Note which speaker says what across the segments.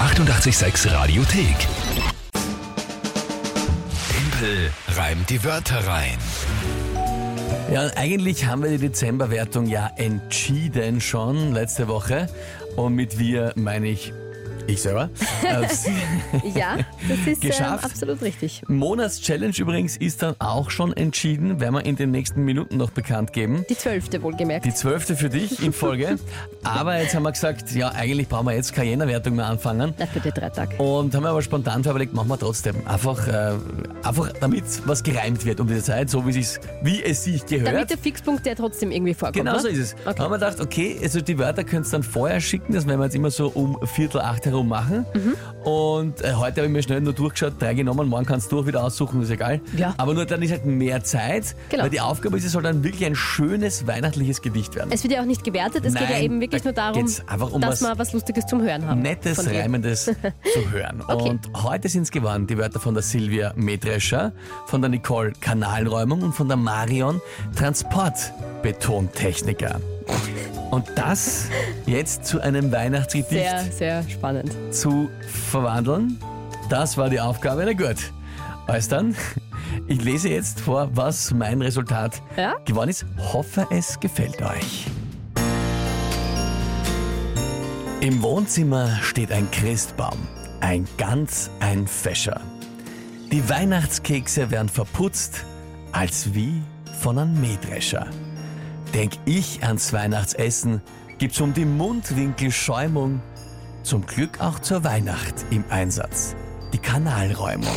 Speaker 1: 886 Radiothek. Tempel reimt die Wörter rein.
Speaker 2: Ja, und eigentlich haben wir die Dezemberwertung ja entschieden schon letzte Woche. Und mit wir meine ich ich selber. Äh, Das
Speaker 3: Ja, das ist ähm,
Speaker 2: Geschafft.
Speaker 3: absolut richtig.
Speaker 2: Monatschallenge übrigens ist dann auch schon entschieden, werden wir in den nächsten Minuten noch bekannt geben.
Speaker 3: Die zwölfte wohlgemerkt.
Speaker 2: Die zwölfte für dich in Folge. Aber jetzt haben wir gesagt, ja, eigentlich brauchen wir jetzt keine Jännerwertung mehr anfangen.
Speaker 3: Na bitte drei Tage.
Speaker 2: Und haben wir aber spontan überlegt, machen wir trotzdem. Einfach, äh, einfach damit was gereimt wird um diese Zeit, so wie, sich's, wie es sich gehört.
Speaker 3: Damit der Fixpunkt, der trotzdem irgendwie vorkommt.
Speaker 2: Genau
Speaker 3: ne?
Speaker 2: so ist es.
Speaker 3: Okay.
Speaker 2: Haben wir gedacht, okay, also die Wörter könnt ihr dann vorher schicken, das werden wir jetzt immer so um Viertel acht herum machen.
Speaker 3: Mhm.
Speaker 2: Und äh, heute habe ich mir schnell nur durchgeschaut, drei genommen, morgen kannst du auch wieder aussuchen, ist egal.
Speaker 3: Ja.
Speaker 2: Aber nur dann ist halt mehr Zeit,
Speaker 3: Genau.
Speaker 2: weil die Aufgabe ist, es soll dann wirklich ein schönes weihnachtliches Gedicht werden.
Speaker 3: Es wird ja auch nicht gewertet, es geht ja
Speaker 2: Nein,
Speaker 3: eben wirklich
Speaker 2: da
Speaker 3: nur darum,
Speaker 2: geht's einfach um was
Speaker 3: dass wir was Lustiges zum Hören haben.
Speaker 2: Nettes,
Speaker 3: Genau. Von dir.
Speaker 2: Reimendes zu hören.
Speaker 3: Okay.
Speaker 2: Und heute sind es geworden die Wörter von der Silvia Medrescher, von der Nicole Kanalräumung und von der Marion Transportbetontechniker. Und das jetzt zu einem Weihnachtsgedicht
Speaker 3: Sehr, sehr spannend.
Speaker 2: zu verwandeln, das war die Aufgabe. Na gut. Alles dann, ich lese jetzt vor, was mein Resultat
Speaker 3: Ja?
Speaker 2: geworden ist. Hoffe, es gefällt euch. Im Wohnzimmer steht ein Christbaum, ein ganz ein Fäscher. Die Weihnachtskekse werden verputzt, als wie von einem Mähdrescher. Denk ich ans Weihnachtsessen, gibt's um die Mundwinkel Schäumung, zum Glück auch zur Weihnacht im Einsatz. Die Kanalräumung.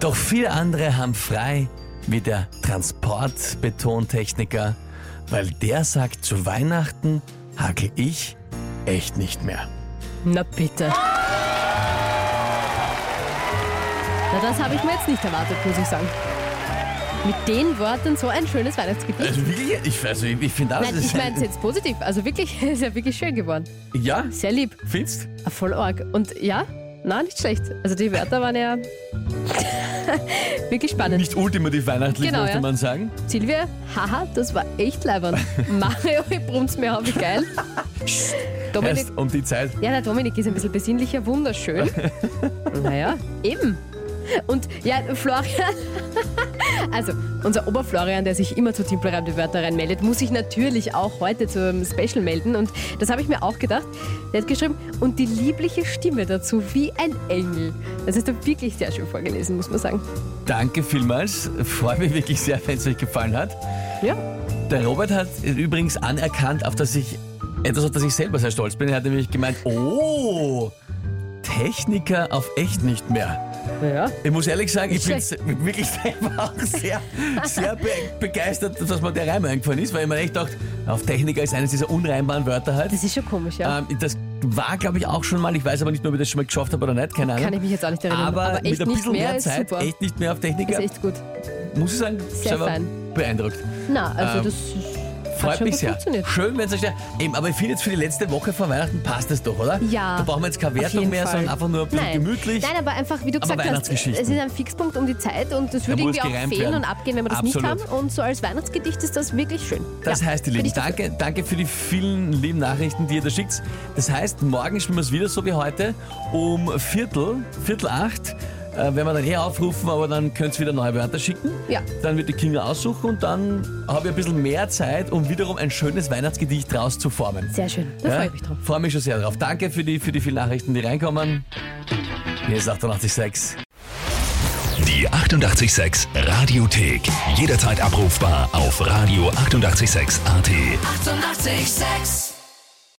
Speaker 2: Doch viele andere haben frei, wie der Transportbetontechniker, weil der sagt, zu Weihnachten hakel ich echt nicht mehr.
Speaker 3: Na bitte. Na, das habe ich mir jetzt nicht erwartet, muss ich sagen. Mit den Worten so ein schönes Weihnachtsgedicht.
Speaker 2: Also wirklich, ich, also ich, ich finde auch,
Speaker 3: Nein,
Speaker 2: das
Speaker 3: ich
Speaker 2: ist
Speaker 3: meine es jetzt positiv. Also wirklich, ist ja wirklich schön geworden.
Speaker 2: Ja,
Speaker 3: Sehr lieb.
Speaker 2: findest
Speaker 3: Ah, Voll arg. Und ja, na, nicht schlecht. Also die Wörter waren ja wirklich spannend.
Speaker 2: Nicht ultimativ weihnachtlich,
Speaker 3: Genau,
Speaker 2: möchte
Speaker 3: ja.
Speaker 2: man sagen.
Speaker 3: Silvia, haha, das war echt leibern. Mario, ich brumm's mir auf, wie geil. Dominik,
Speaker 2: Erst um die Zeit.
Speaker 3: ja, der Dominik ist ein bisschen besinnlicher, wunderschön. naja, eben. Und ja, Florian, also unser Oberflorian, der sich immer zu Timpelreimte Wörter reinmeldet, muss sich natürlich auch heute zum Special melden. Und das habe ich mir auch gedacht. Der hat geschrieben, und die liebliche Stimme dazu, wie ein Engel. Das ist doch wirklich sehr schön vorgelesen, muss man sagen.
Speaker 2: Danke vielmals. Freue mich wirklich sehr, wenn es euch gefallen hat.
Speaker 3: Ja,
Speaker 2: Der Robert hat übrigens anerkannt, auf das ich etwas, auf das ich selber sehr stolz bin. Er hat nämlich gemeint, oh, Techniker auf echt nicht mehr.
Speaker 3: naja.
Speaker 2: Ich muss ehrlich sagen, ich
Speaker 3: Nicht
Speaker 2: bin wirklich selber auch sehr, sehr be begeistert, dass mir der Reim eingefallen ist, weil ich mir echt dachte, auf Techniker ist eines dieser unreimbaren Wörter halt.
Speaker 3: Das ist schon komisch, ja.
Speaker 2: Ähm, das war, glaube ich, auch schon mal. Ich weiß aber nicht, ob ich das schon mal geschafft habe oder nicht. Keine Ahnung.
Speaker 3: Kann ich mich jetzt auch nicht erinnern.
Speaker 2: aber,
Speaker 3: Aber echt
Speaker 2: mit ein
Speaker 3: nicht
Speaker 2: bisschen
Speaker 3: mehr
Speaker 2: mehr
Speaker 3: ist
Speaker 2: Zeit,
Speaker 3: super.
Speaker 2: echt nicht mehr auf Techniker,
Speaker 3: Ist echt gut.
Speaker 2: muss ich sagen, selber
Speaker 3: fein.
Speaker 2: beeindruckt.
Speaker 3: Na, also
Speaker 2: Ähm,
Speaker 3: das ist- hat
Speaker 2: Freut
Speaker 3: schon
Speaker 2: mich
Speaker 3: gut
Speaker 2: sehr.
Speaker 3: funktioniert.
Speaker 2: Schön, wenn es euch Eben, aber ich finde jetzt für die letzte Woche vor Weihnachten passt es doch, oder?
Speaker 3: Ja.
Speaker 2: Da brauchen wir jetzt keine
Speaker 3: Auf
Speaker 2: Wertung
Speaker 3: jeden
Speaker 2: mehr,
Speaker 3: Fall.
Speaker 2: sondern einfach nur ein bisschen
Speaker 3: Nein.
Speaker 2: gemütlich.
Speaker 3: Nein, aber einfach, wie du
Speaker 2: Aber
Speaker 3: gesagt hast, es
Speaker 2: Weihnachtsgeschichten.
Speaker 3: ist ein Fixpunkt um die Zeit und das würde
Speaker 2: muss
Speaker 3: irgendwie auch
Speaker 2: gereimt
Speaker 3: fehlen
Speaker 2: werden.
Speaker 3: und abgehen, wenn wir das
Speaker 2: Absolut.
Speaker 3: nicht haben. Und so als Weihnachtsgedicht ist das wirklich schön.
Speaker 2: Das
Speaker 3: Ja,
Speaker 2: heißt, ihr
Speaker 3: bin
Speaker 2: Lieben,
Speaker 3: ich dafür.
Speaker 2: danke, danke für die vielen lieben Nachrichten, die ihr da schickt. Das heißt, morgen spielen wir es wieder so wie heute um Viertel, Viertel acht. Äh, werden wir dann eh aufrufen, aber dann könnt ihr wieder neue Wörter schicken.
Speaker 3: Ja.
Speaker 2: Dann wird die Kinga aussuchen und dann habe ich ein bisschen mehr Zeit, um wiederum ein schönes Weihnachtsgedicht draus zu formen.
Speaker 3: Sehr schön. Da freue ich mich drauf.
Speaker 2: Freue mich schon sehr drauf. Danke für die, für die vielen Nachrichten, die reinkommen. Hier ist 886.
Speaker 1: Die 886 Radiothek. Jederzeit abrufbar auf radio886.at. 886! 886.
Speaker 4: 886